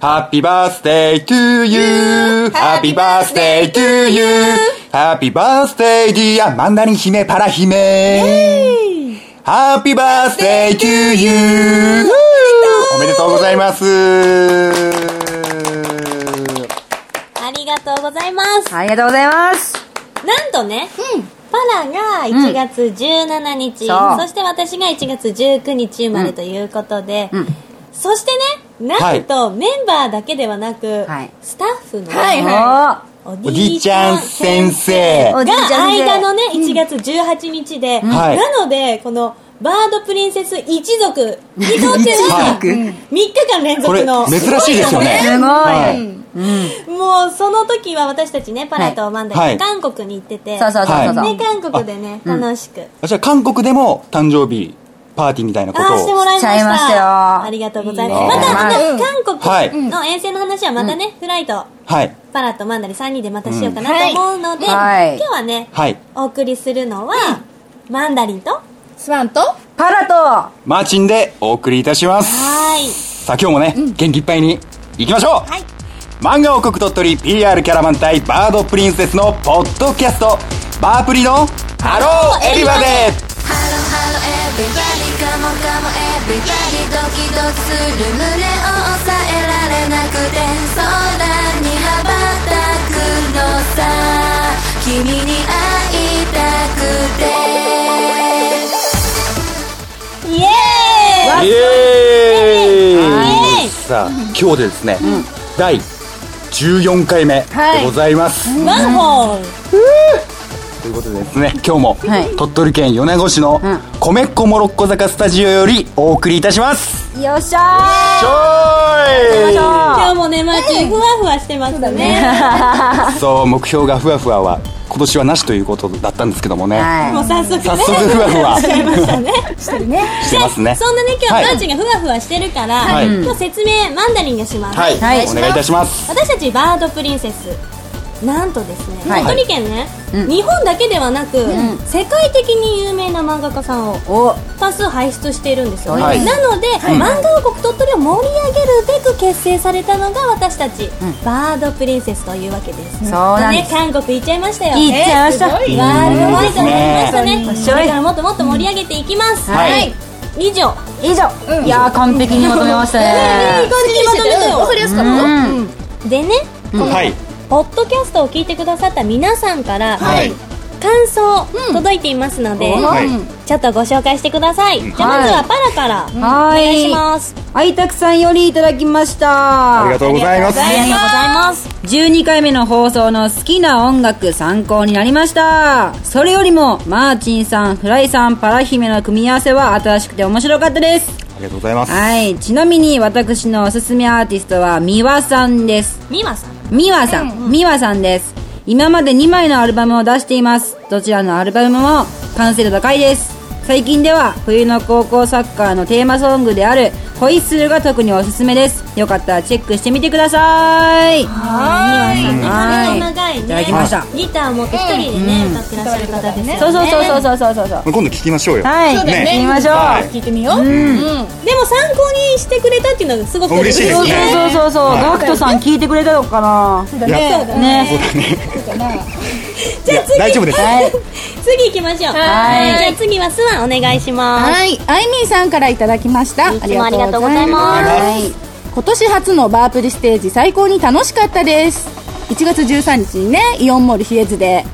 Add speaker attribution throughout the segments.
Speaker 1: Happy birthday to you! Happy birthday to you! Happy birthday dear マンダリン姫パラ姫 !Happy birthday to you! おめでとうございます
Speaker 2: ありがとうございます。
Speaker 3: ありがとうございます。
Speaker 2: なんとね、パラが1月17日、
Speaker 3: そう
Speaker 2: そして私が1月19日生まれということで、
Speaker 3: うん。
Speaker 2: そしてね、なんとメンバーだけではなく、
Speaker 3: はい
Speaker 2: スタッフの、
Speaker 4: はい
Speaker 2: お
Speaker 1: おじいちゃん先生
Speaker 3: お
Speaker 2: が
Speaker 3: じいちゃん先生
Speaker 2: 間のね、1月18日で、
Speaker 1: はい
Speaker 2: なので、この、バードプリンセス一 族、伊藤家
Speaker 1: は
Speaker 2: はい3日間連
Speaker 1: こ
Speaker 2: 続
Speaker 1: れ
Speaker 2: の、
Speaker 1: 珍しいですよね。
Speaker 3: すごい
Speaker 1: はい
Speaker 2: もうおその時は私たちね、パラとマンダリン、
Speaker 1: はい
Speaker 2: 韓国に行ってて、
Speaker 3: そうそうそうそう。
Speaker 2: で韓国でね
Speaker 3: あうん
Speaker 2: 楽しく、
Speaker 1: 私は韓国でも誕生日パーティーみたいなこ
Speaker 2: ああして
Speaker 1: と
Speaker 2: も
Speaker 1: を。
Speaker 2: らいました
Speaker 3: しちゃいましたよ
Speaker 2: ありがとうございま
Speaker 1: いいね
Speaker 2: すまたま
Speaker 4: うん
Speaker 2: た
Speaker 1: は
Speaker 2: 韓国
Speaker 1: い
Speaker 2: の遠征の話はまたね、フライト
Speaker 1: はい。
Speaker 2: パラとマンダリ3人でまたしようかなと思うので、
Speaker 3: うんはい
Speaker 2: 今日はね、
Speaker 1: はい。
Speaker 2: お送りするのは、マンダリンとは
Speaker 4: スワンと
Speaker 3: パラと、
Speaker 1: マーチンでお送りいたします。
Speaker 2: ーい
Speaker 1: さあ今日もね、元気いっぱいに行きましょう、
Speaker 2: はい
Speaker 1: 漫画王国鳥取 PR キャラバン隊バードプリンセスのポッドキャストバープリのハローエリバデ
Speaker 5: Hello, hello, everybody, come on, come on, everybody ドキドキする胸を抑えられなくて空に羽ばたくのさ君に会いたくて
Speaker 2: イエーイ
Speaker 1: イエ
Speaker 2: はい
Speaker 1: ーイさあ今日でですね、第14回目でございます、
Speaker 2: ワンホール
Speaker 1: ということでですね今日も、
Speaker 3: はい
Speaker 1: 鳥取県米子市の
Speaker 3: うん
Speaker 1: 米っ子モロッコ坂スタジオよりお送りいたします、
Speaker 3: よっしゃ
Speaker 1: ちょ
Speaker 3: ー
Speaker 1: ーい
Speaker 2: 今日もねマーチンふわふわしてますね
Speaker 1: そう目標がふわふわは今年はなしということだったんですけどもね、
Speaker 2: もう
Speaker 3: は
Speaker 2: 早速ね
Speaker 1: 早速ふわふわ
Speaker 2: しちゃいましたね
Speaker 1: してますね
Speaker 2: そんなね今日、
Speaker 1: はい
Speaker 2: マーチンがふわふわしてるから、
Speaker 1: はい
Speaker 2: 今日説明マンダリンがします、
Speaker 1: はい、
Speaker 3: はい
Speaker 1: お願いいたします
Speaker 2: 私たちバードプリンセスなんとですね、
Speaker 3: はい
Speaker 2: 鳥取県ね、
Speaker 3: うん
Speaker 2: 日本だけではなく、世界的に有名な漫画家さんを
Speaker 3: い。お、
Speaker 2: 多数輩出しているんですよね、
Speaker 1: はい
Speaker 2: なので、漫画王国鳥取を盛り上げるべく結成されたのが私たち、バードプリンセスというわけです
Speaker 3: そうなんです
Speaker 2: ね、韓国行っちゃいましたよ
Speaker 3: いっちゃいました。
Speaker 4: えーすごい
Speaker 2: ワールドワイドになりましたね
Speaker 3: うん
Speaker 2: これからもっともっと盛り上げていきます、
Speaker 3: はい
Speaker 1: はい
Speaker 2: 以上
Speaker 3: 以上。いやー、完璧にまとめましたね。
Speaker 2: 感じにまとめたよ
Speaker 4: わかりやすかっ
Speaker 3: う
Speaker 4: た
Speaker 3: ん。
Speaker 2: でね
Speaker 1: はい
Speaker 2: ポッドキャストを聞いてくださった皆さんから、
Speaker 1: はい
Speaker 2: 感想届いていますので、
Speaker 1: はい
Speaker 2: ちょっとご紹介してください、じゃあまずはパラからお
Speaker 3: はい
Speaker 2: 願いします、
Speaker 3: はい、たくさんよりいただきました。
Speaker 1: ありがとうございます
Speaker 2: ありがとうございます
Speaker 3: 12回目の放送の好きな音楽参考になりましたそれよりもマーチンさんフライさんパラ姫の組み合わせは新しくて面白かったです
Speaker 1: ありがとうございます
Speaker 3: はいちなみに私のおすすめアーティストはミワさんです
Speaker 2: ミワさん
Speaker 3: ミワさん、ミワさんです今まで2枚のアルバムを出していますどちらのアルバムも完成度高いです最近では冬の高校サッカーのテーマソングである「ホイッスル」が特におすすめですよかったらチェックしてみてください
Speaker 2: はい
Speaker 3: うん
Speaker 2: 髪の長いね
Speaker 3: いただきました
Speaker 2: ギターを持って一人でね、歌ってらっしゃる方ですよね
Speaker 3: そうそうそうそうそうそうそうそ
Speaker 1: 今
Speaker 3: う。
Speaker 1: 度聞きましょうよ
Speaker 3: はい、
Speaker 4: そうだよね
Speaker 3: 行きましょう。
Speaker 1: は
Speaker 4: 聞いてみよううん
Speaker 2: でも参考にしてくれたっていうのがすごく
Speaker 1: 嬉しいです
Speaker 3: そ
Speaker 1: ね
Speaker 3: うそうそうそう、ガクトさん聞いてくれたのかな。
Speaker 4: だ
Speaker 1: いや
Speaker 4: ね
Speaker 3: ね、
Speaker 1: いや大丈夫です
Speaker 3: はい、
Speaker 2: 次行きましょう
Speaker 3: はい
Speaker 2: じゃあ次はスワンお願いします
Speaker 4: はいあいみーさんからいただきました
Speaker 2: いつもありがとうございます
Speaker 4: 今年初のバープリステージ最高に楽しかったです1月13日にねイオンモールヒエズで、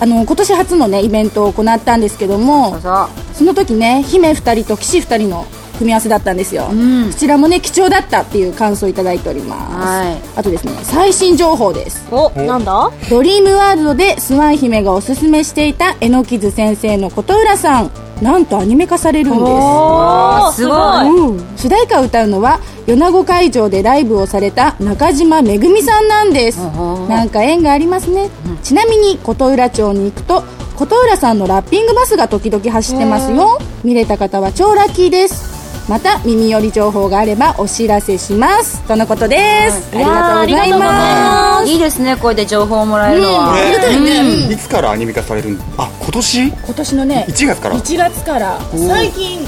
Speaker 4: あの今年初のねイベントを行ったんですけども
Speaker 3: そうそう。
Speaker 4: その時ね姫2人と騎士2人の組み合わせだったんですよ、
Speaker 3: ん
Speaker 4: こちらもね貴重だったっていう感想をいただいております、
Speaker 3: はい
Speaker 4: あとですね最新情報です
Speaker 2: おなんだ
Speaker 4: ドリームワールドでスワン姫がおすすめしていたえのきず先生の琴浦さんなんとアニメ化されるんです
Speaker 3: おー、すごい。
Speaker 4: うん主題歌を歌うのは米子会場でライブをされた中島めぐみさんなんです
Speaker 3: うん
Speaker 4: なんか縁がありますねちなみに琴浦町に行くと琴浦さんのラッピングバスが時々走ってますよ見れた方は超ラッキーですまた耳寄り情報があればお知らせしますとのことですありがとうございます
Speaker 2: す
Speaker 3: いいですね、これで情報をもらえるのは。
Speaker 1: ねいつからアニメ化されるんあ今年
Speaker 4: 今年のね
Speaker 1: 1月から
Speaker 4: 1月から最近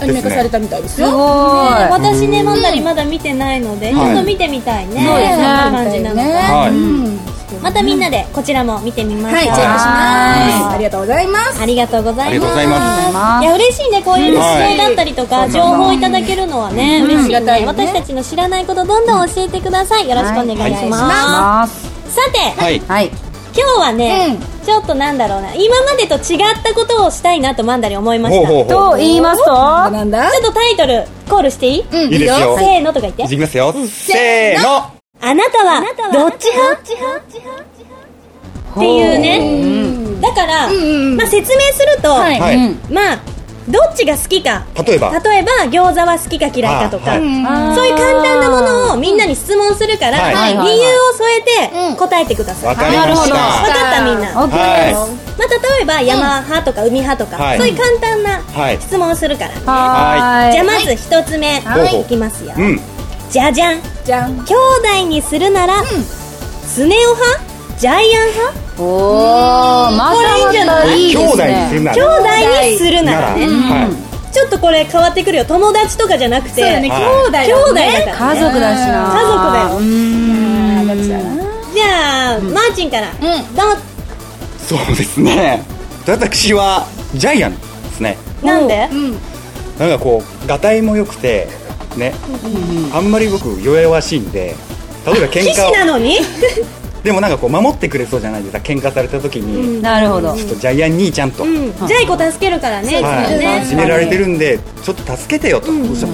Speaker 4: アニメ化されたみたいです
Speaker 3: す
Speaker 4: よ。
Speaker 3: ごい。
Speaker 2: 私ねマンダリンまだ見てないので、ちょっと見てみたいね、
Speaker 3: そうで
Speaker 2: ど
Speaker 3: すね
Speaker 2: んな感じなのか、
Speaker 1: はい
Speaker 4: うん
Speaker 2: またみんなでこちらも見てみましょう、
Speaker 4: はい、チェックします。ありがとうございます。
Speaker 2: ありがとうございます
Speaker 1: ありがとうございます
Speaker 2: いや嬉しいねこういう指導だったりとか、
Speaker 4: い
Speaker 2: 情報をいただけるのはね、嬉しい
Speaker 4: ありがた
Speaker 2: ね
Speaker 4: いね
Speaker 2: 私たちの知らないことどんどん教えてくださいよろしくお願いします,、
Speaker 3: ます。
Speaker 2: さて、
Speaker 1: はい
Speaker 3: はい。
Speaker 2: 今日はね、ちょっとなんだろうな今までと違ったことをしたいなとマンダリン思いま
Speaker 1: ほ
Speaker 2: し
Speaker 1: う
Speaker 2: た
Speaker 1: ほう
Speaker 2: ちょ
Speaker 1: ほ
Speaker 3: と言いますと、
Speaker 4: なんだ
Speaker 2: っとタイトルコールしていい、
Speaker 1: ういいですよ
Speaker 2: せーのとか言って
Speaker 1: いきますよせーの
Speaker 2: あなたはどっち派っていうねだから、まあ、説明すると、
Speaker 4: はい
Speaker 1: は
Speaker 3: う
Speaker 1: い
Speaker 3: ん
Speaker 2: まあどっちが好きか
Speaker 1: 例えば
Speaker 2: 例えば餃子は好きか嫌いかとか、
Speaker 1: あはい
Speaker 2: そういう簡単なものをみんなに質問するから、
Speaker 1: はいはい
Speaker 3: はい
Speaker 2: 理由を添えて答えてくださ
Speaker 1: わ
Speaker 2: い、
Speaker 1: かりまし
Speaker 2: わ
Speaker 1: た
Speaker 2: かったみんな、まあ、
Speaker 1: は
Speaker 2: 例えば山派とか海派とか、
Speaker 1: はい
Speaker 2: そういう簡単な
Speaker 1: はい
Speaker 2: 質問をするから、
Speaker 3: はーい。
Speaker 2: じゃあまず一つ目、
Speaker 1: はい
Speaker 2: い、きますよ、
Speaker 1: いうん
Speaker 2: じゃじゃん兄
Speaker 4: じゃん。
Speaker 2: 弟にするなら、スネ夫派ジャイアン派
Speaker 3: おー、ま
Speaker 2: これいいんじゃ
Speaker 3: たま
Speaker 2: な
Speaker 3: た
Speaker 2: い
Speaker 3: い
Speaker 1: 兄
Speaker 3: いで
Speaker 1: 弟
Speaker 3: す
Speaker 1: にする
Speaker 3: ね。
Speaker 1: な
Speaker 2: 兄
Speaker 1: ら
Speaker 2: 弟にするな
Speaker 1: なら
Speaker 2: らね、
Speaker 1: は
Speaker 2: ちょっとこれ変わってくるよ友達とかじゃなくて
Speaker 4: そうだね、
Speaker 1: はい
Speaker 4: 兄
Speaker 2: 兄弟
Speaker 4: 弟
Speaker 2: だ
Speaker 4: だ
Speaker 2: から
Speaker 3: 家族だしな。
Speaker 2: 家族だよ
Speaker 3: うん。
Speaker 4: ね。だから
Speaker 2: じゃあ、マーチンから、どう
Speaker 1: いそうですね私はジャイアンですね
Speaker 2: なんで、
Speaker 1: なんかこうがたいも良くてねあんまり僕弱々しいんで例えば喧
Speaker 2: 騎士な
Speaker 1: 嘩を
Speaker 2: のに
Speaker 1: でもなんかこう守ってくれそうじゃないですか喧嘩された時に
Speaker 3: なるほど。
Speaker 1: ちょっとジャイアン兄ちゃんと
Speaker 2: うん、ジャイ子助けるからね、いつも
Speaker 1: はい、いじ
Speaker 2: ね
Speaker 1: められてるんでちょっと助けてよと、そしたら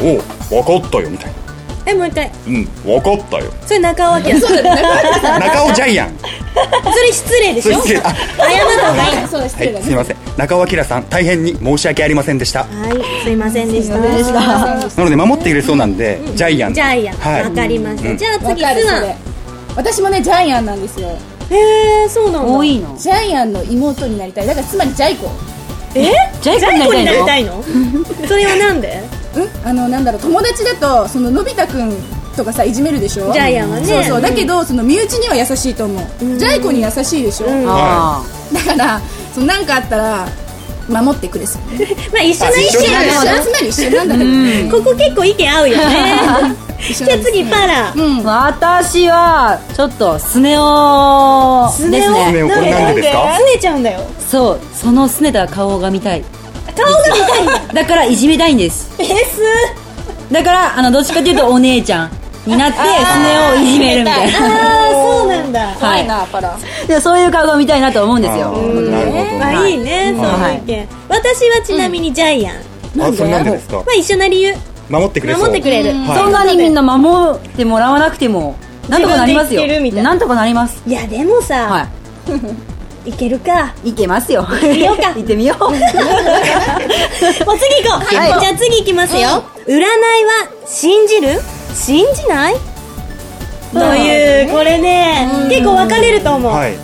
Speaker 1: おう分かったよみたいな
Speaker 2: えもう一回
Speaker 1: うん分かったよ
Speaker 2: それ中尾明それ
Speaker 1: 中尾ジャイア ン
Speaker 2: 失礼で
Speaker 1: そ
Speaker 2: しょ謝っ
Speaker 1: してあ
Speaker 2: た方がいいは
Speaker 4: そう、失礼
Speaker 1: は
Speaker 4: だ
Speaker 1: い
Speaker 4: ね。
Speaker 1: すいません中尾明さん大変に申し訳ありませんでした
Speaker 2: いすいませんでした
Speaker 1: なので守ってくれそうなんで、ジャイアン
Speaker 2: ジャイアン、
Speaker 1: はい
Speaker 2: わかりました、
Speaker 1: うん
Speaker 2: じゃあ
Speaker 4: わ
Speaker 2: 次
Speaker 4: かる、
Speaker 2: ス
Speaker 4: そ
Speaker 2: ナ
Speaker 4: れ。私もね、ジャイアンなんですよ。
Speaker 2: へえそうなんだ
Speaker 3: 多いの。
Speaker 4: ジャイアンの妹になりたい。だから、つまりジャイ子。
Speaker 2: え
Speaker 3: ジャイ
Speaker 2: ジャイ
Speaker 3: 子
Speaker 2: 子に
Speaker 3: に
Speaker 2: なり
Speaker 3: なり
Speaker 2: た
Speaker 3: た
Speaker 2: いのそれはなんで
Speaker 4: うんあの、なんだろう、友達だと、その、のび太くんとかさ、いじめるでしょ
Speaker 2: ジャイアンはね
Speaker 4: そうそう。だけど、その、身内には優しいと思う。ジャイ子に優しいでしょ
Speaker 3: あ
Speaker 4: だから、その、なんかあったら、守ってくれそう。
Speaker 2: まあ一緒な意見
Speaker 1: あ一
Speaker 2: なの
Speaker 1: 緒
Speaker 2: ね
Speaker 4: つまり一緒なんだけどね。
Speaker 2: ここ結構意見合うよ ね
Speaker 4: 一
Speaker 2: じ
Speaker 4: 緒な
Speaker 2: ゃあ
Speaker 4: んです
Speaker 2: 次パラ、
Speaker 3: ー。私は、ちょっと、スネ夫です
Speaker 2: スネ夫
Speaker 1: ス
Speaker 3: ね。
Speaker 1: ネ夫これなんでですか
Speaker 2: 拗ねちゃうんだよ
Speaker 3: そう、そのスネた顔が見たい。
Speaker 2: 顔が見たいんだ
Speaker 3: だから、いじめたいんです。
Speaker 2: えす
Speaker 3: だからあのどっちかというとお姉ちゃんになってスネ夫をいじめるみたいな
Speaker 2: ああそうなんだ
Speaker 4: 怖い
Speaker 3: は
Speaker 4: な、パラ。
Speaker 3: いでそういう顔が見たいなと思うんですよ
Speaker 1: あーなるほど
Speaker 2: まあいいね、その意見、私はちなみにジャイアン、
Speaker 1: あそれなんでですか
Speaker 2: まあ一緒な理由
Speaker 1: 守ってくれそう
Speaker 2: 守ってくれる、
Speaker 1: はい
Speaker 3: そんなにみんな守ってもらわなくてもなんとかなります
Speaker 2: 自
Speaker 3: よ
Speaker 2: 分でいけるみたいな
Speaker 3: なんとかなります
Speaker 2: いやでもさ、、
Speaker 3: はい
Speaker 2: けるか
Speaker 3: いいけますよ
Speaker 2: けようか
Speaker 3: 行ってみよう
Speaker 2: もう次行こう、
Speaker 3: はい
Speaker 2: じゃあ次行きますよ、占いは信じる信じないというこれね結構分かれると思う、
Speaker 1: はい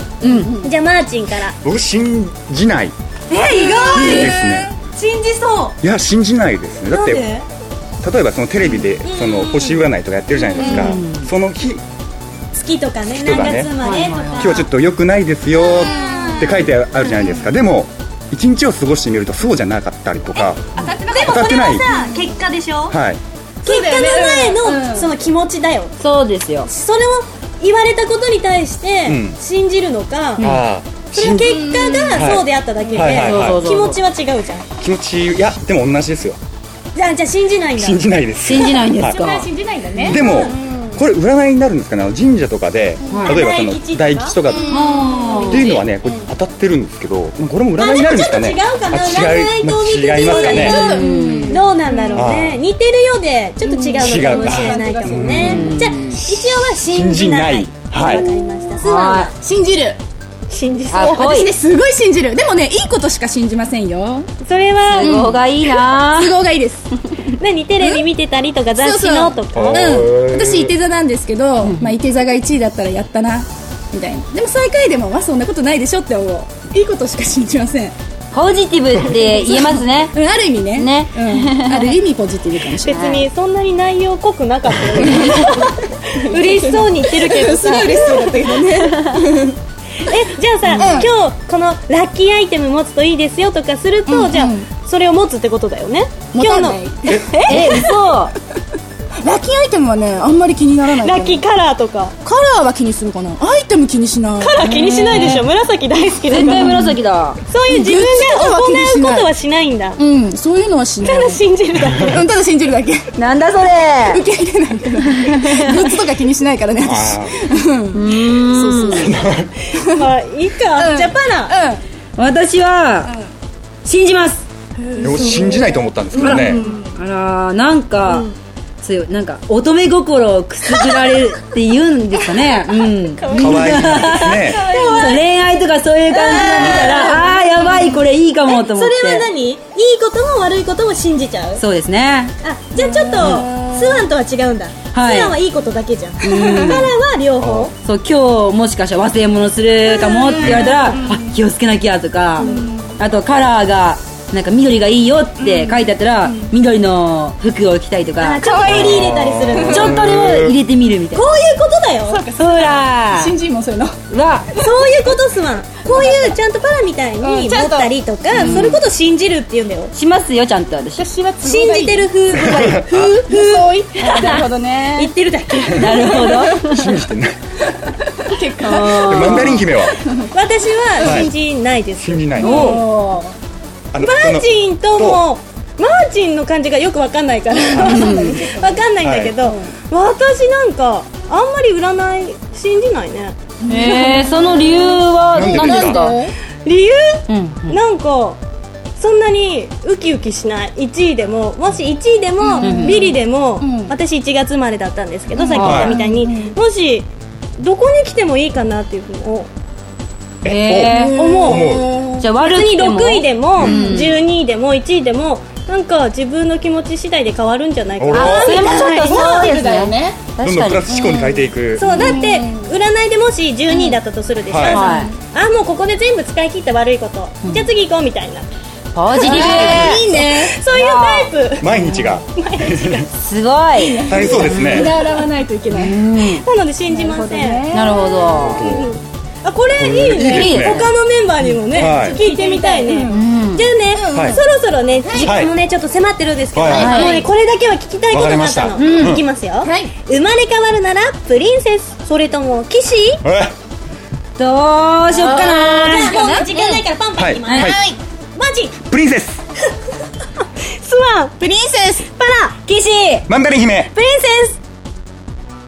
Speaker 2: じゃあマーチンから
Speaker 1: 僕信じない
Speaker 2: え意外
Speaker 1: いいですね
Speaker 2: 信じそ
Speaker 1: い
Speaker 2: う
Speaker 1: や信じないですねだって
Speaker 2: なんで
Speaker 1: 例えばそのテレビでその星占いとかやってるじゃないですか、その日
Speaker 2: 月とかね
Speaker 1: とか
Speaker 2: 何
Speaker 1: ね
Speaker 2: 月生まれとか、
Speaker 1: 今日はちょっと良くないですよって書いてあるじゃないですかでも一日を過ごしてみるとそうじゃなかったりとか当たってない
Speaker 2: さあ結果でしょ
Speaker 1: はい
Speaker 2: 結果の前のその気持ちだよ
Speaker 3: そうですよ
Speaker 2: それを言われたことに対して
Speaker 1: うん
Speaker 2: 信じるのか、
Speaker 1: あ
Speaker 2: それは結果がそうであっただけで、
Speaker 1: はいはい
Speaker 3: そうそうそう
Speaker 2: 気持ちは違うじゃん
Speaker 1: 気持ちいやでも同じですよ
Speaker 2: じゃあじゃあ信じないんだ
Speaker 1: 信じないです
Speaker 3: 信じないんです
Speaker 1: は
Speaker 3: か
Speaker 4: 信じないんだね。
Speaker 1: でもこれ占いになるんですかねあの神社とかで例えばその
Speaker 2: 大吉とか
Speaker 1: 大吉とかっていうのはねこれ当たってるんですけどこれも占いになるんですかね
Speaker 2: あでもちょっと違うかな
Speaker 1: あ違い
Speaker 2: 占いと見てる
Speaker 1: 違いますか
Speaker 2: よりは
Speaker 1: ね
Speaker 2: うんどうなんだろうね似てるようでちょっと違うのかもしれない
Speaker 4: うん違う
Speaker 2: かもねじゃあ一応は
Speaker 1: 信
Speaker 2: 信じない
Speaker 1: じないはい
Speaker 2: わかりました素直
Speaker 3: は
Speaker 2: ない
Speaker 4: 信じる。
Speaker 2: 信じ
Speaker 3: か
Speaker 2: そ
Speaker 3: っ
Speaker 2: う
Speaker 3: こ
Speaker 4: 私
Speaker 3: い
Speaker 4: ね
Speaker 3: い
Speaker 4: すごい信じるでもねいいことしか信じませんよ
Speaker 2: それは、
Speaker 3: 都合がいいな
Speaker 4: 都合がいいです
Speaker 2: 何テレビ見てたりとか雑誌のとか
Speaker 1: そうお
Speaker 4: ん
Speaker 1: ー
Speaker 4: 私いて座なんですけど、まあいて座が1位だったらやったなみたいなでも最下位でもまあそんなことないでしょって思ういいことしか信じません、
Speaker 3: ポジティブって言えますね
Speaker 4: うん、ある意味ね
Speaker 3: ね
Speaker 4: うん、ある意味ポジティブかもしれ
Speaker 2: 別
Speaker 4: ない
Speaker 2: にそんなに内容濃くなか ったよ嬉しそうに言ってるけど
Speaker 4: す
Speaker 2: さ
Speaker 4: ごい嬉しそうだったけどね
Speaker 2: えじゃあさ、今日このラッキーアイテム持つといいですよとかすると、
Speaker 4: うんうん
Speaker 2: じゃあそれを持つってことだよね
Speaker 4: 持
Speaker 2: 今
Speaker 4: た
Speaker 2: 日
Speaker 4: な
Speaker 2: の
Speaker 4: い
Speaker 3: え 嘘
Speaker 4: ラッキーアイテムはねあんまり気にならない
Speaker 2: ラッキーカラーとか
Speaker 4: カラーは気にするかなアイテム気にしない
Speaker 2: カラー気にしないでしょ紫大好きだ
Speaker 3: 絶
Speaker 2: か
Speaker 3: 対
Speaker 2: ら
Speaker 3: 紫だ
Speaker 2: そういう自分が行うことはしないんだ
Speaker 4: うんそういうのはしな
Speaker 2: た
Speaker 4: い
Speaker 2: だ信じるだけ
Speaker 4: うんただ信じるだけ
Speaker 3: なんだそれ
Speaker 4: 受け入れないからグッズとか気にしないからね私そうそうそ う
Speaker 2: まあいいか、
Speaker 4: うん
Speaker 2: じゃあパラ
Speaker 3: 私は、信じます
Speaker 1: でも信じないと思ったんですけどね、
Speaker 3: あらーなんか、そういうなんか乙女心をくすぐられるって言うんですかねうん そう
Speaker 1: 可愛いですね
Speaker 3: 恋愛とかそういう感じの見たらあーあやばいこれいいかもと
Speaker 2: そ
Speaker 3: 思って
Speaker 2: れは何いいことも悪いことも信じちゃう
Speaker 3: そうですね
Speaker 2: あじゃあちょっとスワンとは違うんだ、
Speaker 3: はい
Speaker 2: スワンはいいことだけじゃん、カラーは両方
Speaker 3: そう今日もしかしたら忘れ物するかもって言われたら、あ気をつけなきゃとか、あとカラーがなんか緑がいいよって書いてあったら、緑の服を着たりとか、
Speaker 2: あちょっと取り入れたりする
Speaker 3: ちょっとでも入れてみるみたい
Speaker 2: こ
Speaker 3: な
Speaker 2: ういうことだよそう
Speaker 3: ほら
Speaker 4: 信じもそういうの
Speaker 3: は
Speaker 2: いうことスワンこういうちゃんとパラみたいに持ったりとか、それこそ信じるっていうんだよ
Speaker 3: しますよちゃんと私
Speaker 4: 私は
Speaker 2: 信じてる風とか
Speaker 4: 装いなるほどね
Speaker 2: 言ってるだけ
Speaker 3: なるほど
Speaker 1: 信じてないマンダリン姫は
Speaker 2: 私は信じないです、
Speaker 1: 信じない
Speaker 3: お
Speaker 4: おー
Speaker 1: あの
Speaker 2: マーチンともマーチンの感じがよくわかんないからわかんないんだけど、私なんかあんまり占い信じないね
Speaker 3: えー、その理由は
Speaker 1: なんで
Speaker 3: 何ですか
Speaker 4: で
Speaker 2: 理由
Speaker 3: うん
Speaker 2: なんかそんなにウキウキしない1位でももし1位でもビリでも、
Speaker 4: ん
Speaker 2: 私1月生まれだったんですけど、さっき言ったみたいに、もしどこに来てもいいかなっていうふうに思う
Speaker 3: え
Speaker 1: 思う
Speaker 3: ー、じゃあ悪
Speaker 2: 別
Speaker 3: く
Speaker 2: に
Speaker 3: ても
Speaker 2: 6位でも、12位でも1位でもなんか自分の気持ち次第で変わるんじゃないか
Speaker 1: 俺
Speaker 2: な
Speaker 1: は
Speaker 3: それもちょっとそうですね
Speaker 4: ね
Speaker 1: どんど
Speaker 3: 確
Speaker 1: ん
Speaker 3: か
Speaker 1: プ
Speaker 3: に
Speaker 1: ラス思考に変えていく
Speaker 2: そうだって占いでもし12位だったとするでしょ、
Speaker 1: はい
Speaker 3: はい
Speaker 2: あもうここで全部使い切った悪いこと、じゃあ次行こうみたいな
Speaker 3: ポジティブ
Speaker 4: いいね
Speaker 2: そういうタイプ
Speaker 1: 毎日が
Speaker 3: すごい
Speaker 1: 大変そうですね
Speaker 4: 裏洗わないといけない
Speaker 2: なので信じません
Speaker 3: なるほど
Speaker 2: あこれいいね
Speaker 1: いいですね
Speaker 2: 他のメンバーにもね、
Speaker 1: はい
Speaker 2: 聞いてみたいね、じゃあね、
Speaker 1: はい
Speaker 2: そろそろね時間もねちょっと迫ってるんですけど、
Speaker 1: はい
Speaker 2: もうねこれだけは聞きたいことがあった
Speaker 1: わか
Speaker 2: の、
Speaker 1: りました
Speaker 2: いきますよ、
Speaker 4: はい
Speaker 2: 生まれ変わるならプリンセスそれとも騎士
Speaker 1: はい
Speaker 3: どうしよっかな
Speaker 2: もう時間ないからパンパンいきます、
Speaker 1: はいはい
Speaker 2: マジ
Speaker 1: プリンセス
Speaker 2: スワンプリンセスパラ騎士
Speaker 1: マンダリン姫
Speaker 2: プリンセス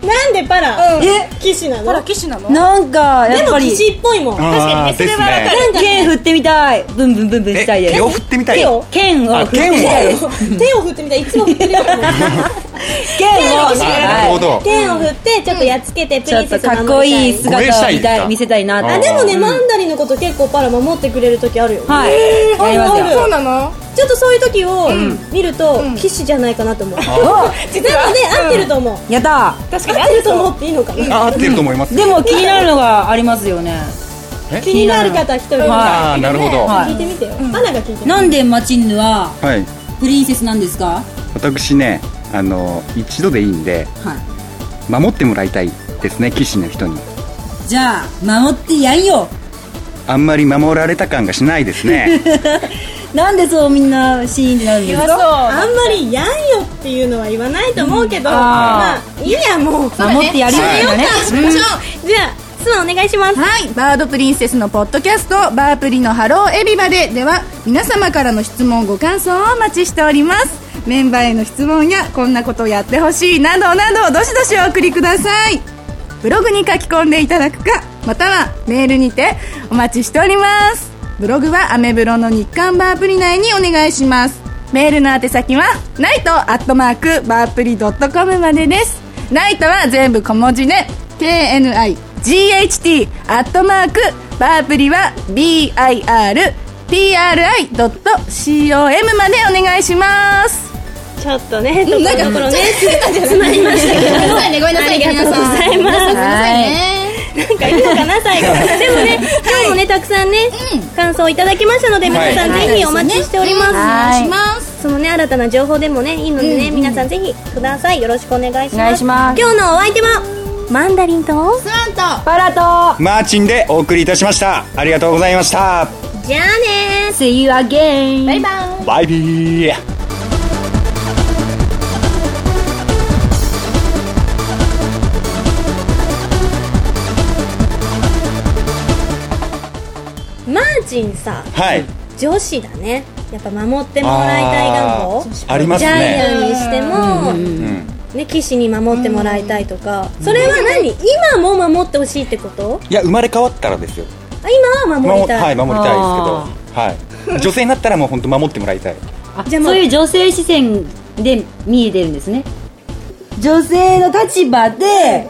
Speaker 2: なんでパラ、
Speaker 4: うん
Speaker 3: え
Speaker 2: 騎士なの
Speaker 4: ほら騎士なの
Speaker 3: なんかや
Speaker 2: で
Speaker 3: っ
Speaker 2: も
Speaker 3: ぱり
Speaker 2: 騎士っぽいもん
Speaker 1: あー
Speaker 2: 確かにねそれはわか
Speaker 1: で
Speaker 2: る、
Speaker 3: 剣振ってみたいブンブンブンブンしたいで
Speaker 1: え
Speaker 3: す
Speaker 1: 手を振ってみたい
Speaker 3: 手を剣を
Speaker 1: あ
Speaker 3: 振ってみたいです
Speaker 2: 手を振ってみたいいつも振ってるよ
Speaker 3: 剣を
Speaker 1: あなるほど
Speaker 2: 剣を振ってちょっとやっつけてプ
Speaker 3: ち
Speaker 2: リ
Speaker 3: ょ
Speaker 2: ン
Speaker 3: っ
Speaker 2: セ
Speaker 3: と
Speaker 2: スを
Speaker 3: かっ
Speaker 2: 守
Speaker 3: こ
Speaker 2: りた
Speaker 3: いい
Speaker 2: い
Speaker 1: 護衛
Speaker 3: 姿
Speaker 1: したいで
Speaker 3: を見
Speaker 1: すか
Speaker 3: たい見せたいな
Speaker 1: あ
Speaker 2: あでもねマンダリンのこと結構パラ守ってくれる時あるよ
Speaker 3: はいやりますよ
Speaker 4: そうなの
Speaker 2: ちょっとそういう時を見ると騎士じゃないかなと思うでもね合ってると思う
Speaker 3: やった
Speaker 2: 確かに合ってると思っていいのかな
Speaker 1: あ合ってると思います
Speaker 3: でも気になるのがありますよね
Speaker 2: 気になる方一人
Speaker 3: は
Speaker 1: ああなるほどは
Speaker 3: はい
Speaker 2: 聞いてみてよアナが聞いてみて
Speaker 3: なんでマチンヌはいプリンセスなんですか
Speaker 1: 私ねあの一度でいいんで
Speaker 3: は
Speaker 1: 守ってもらいたいですね騎士の人に
Speaker 3: いじゃあ守ってやんよ
Speaker 1: あんまり守られた感がしないです ね
Speaker 3: なんでそうみんなシーンになるんですか
Speaker 2: あんまり「やんよ」っていうのは言わないと思うけど
Speaker 3: うん
Speaker 2: ま
Speaker 3: あ
Speaker 2: あいいやもう
Speaker 4: うだね
Speaker 3: 守ってやるよね
Speaker 2: じゃあスワンお願いします
Speaker 4: はい、バードプリンセスのポッドキャスト「バープリのハローエビバデ」では皆様からの質問ご感想をお待ちしておりますメンバーへの質問やこんなことをやってほしいなどなどどしどしお送りくださいブログに書き込んでいただくかまたはメールにてお待ちしておりますブログはアメブロの日刊バープリ内にお願いしますメールの宛先はナイトアットマークバープリドットコムまでですナイトは全部小文字で KNIGHT アットマークバープリは BIRPRI.com までお願いします
Speaker 2: ちょっとねところどころね 詰まりました けど
Speaker 4: ごめんなさいね
Speaker 2: ありがとうございます
Speaker 3: はい
Speaker 2: なんかいいのかな最後でもね今日もねたくさんね、感想をいただきましたので皆さんぜひお待ちしております、
Speaker 3: はいお願いし
Speaker 2: ますそのね新たな情報でもねいいのでね、皆さんぜひくださいよろしくお願いします
Speaker 3: お願いします
Speaker 2: 今日のお相手はマンダリンと
Speaker 5: スワンと
Speaker 4: と
Speaker 3: パラと
Speaker 1: マーチンでお送りいたしましたありがとうございました
Speaker 5: じゃあね
Speaker 3: See you again!
Speaker 5: バイバイ
Speaker 1: バイビー
Speaker 2: マーチンさ
Speaker 1: はい
Speaker 2: 女子だねやっぱ守ってもらいたい願望
Speaker 1: あーあります
Speaker 2: ジャイ
Speaker 1: ね
Speaker 2: アンにしても、
Speaker 1: うん
Speaker 2: ね、騎士に守ってもらいたいとか、それは何今も守ってほしいってこと
Speaker 1: いや生まれ変わったらですよ
Speaker 2: あ今は守りたい、
Speaker 1: 守はい守りたいですけどはい女性になったらもう本当守ってもらいたい
Speaker 3: あ
Speaker 2: じゃあもう
Speaker 3: そういう女性視線で見えてるんですね女性の立場で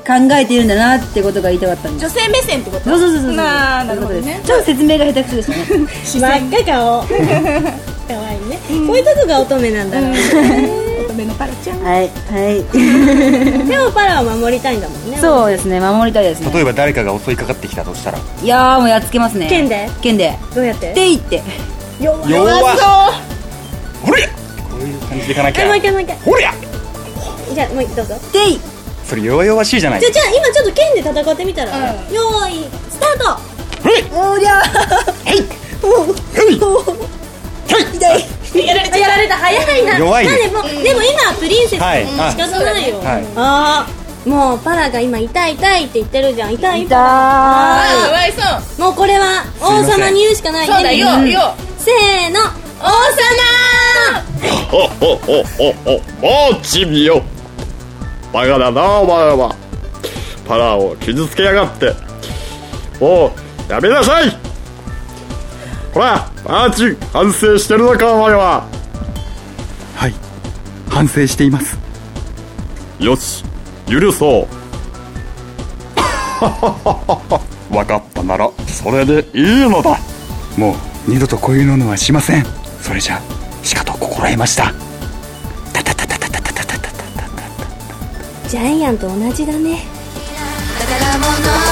Speaker 3: 考えているんだなってことが言いたかったんです
Speaker 6: 女性目線ってこと
Speaker 3: そうそうそうそう
Speaker 6: なあなるほどね
Speaker 3: そういうことですちょっと説明が下手くそでした ね
Speaker 2: 真っ赤 顔かわいいね、こういうとこが乙女なんだろうね、
Speaker 6: 乙女のパルちゃん
Speaker 3: はいは
Speaker 2: でもパラは守りたいんだもんね
Speaker 3: いそうですね守りたいですね
Speaker 1: 例えば誰かが襲いかかってきたとしたら
Speaker 3: いやーもうやっつけますね
Speaker 2: 剣で
Speaker 3: 剣で
Speaker 2: どうやって
Speaker 3: でいって
Speaker 2: 弱い
Speaker 1: 弱
Speaker 2: そう
Speaker 1: ほりゃこういう感じでいかなき
Speaker 2: あ
Speaker 1: ゃ
Speaker 2: もう一回もう一回
Speaker 1: ほりゃ
Speaker 2: じゃあもう一回どうぞ
Speaker 3: でい
Speaker 1: それ弱々しいじゃない
Speaker 2: じゃあじゃあ今ちょっと剣で戦ってみたら、ねよーいスタート
Speaker 1: ほりゃ
Speaker 3: おりゃ
Speaker 1: はいはいはい
Speaker 2: やられたやられた早いな
Speaker 1: 弱い
Speaker 2: な
Speaker 1: で
Speaker 2: ん
Speaker 1: す
Speaker 2: でもうでも今はプリンセス
Speaker 1: はい
Speaker 2: 仕方ないよ、
Speaker 1: はい
Speaker 2: ああもうパラが今痛い痛いって言ってるじゃん痛い
Speaker 3: だー
Speaker 6: ああわいそう
Speaker 2: もうこれは王様に言うしかないね
Speaker 6: そうだよ
Speaker 2: みんな
Speaker 6: よ
Speaker 2: せーの王様
Speaker 7: おおおおおマーチンよバカだなお前はパラを傷つけやがってもうやめなさいほらマーチン反省してるのかお前は
Speaker 1: はい反省しています
Speaker 7: よし許そうわかったならそれでいいのだ
Speaker 1: もう二度とこういうのはしませんそれじゃ鹿と心得ましたタタタタタタタタタタタ
Speaker 2: ジャイアンと同じだね
Speaker 5: 宝物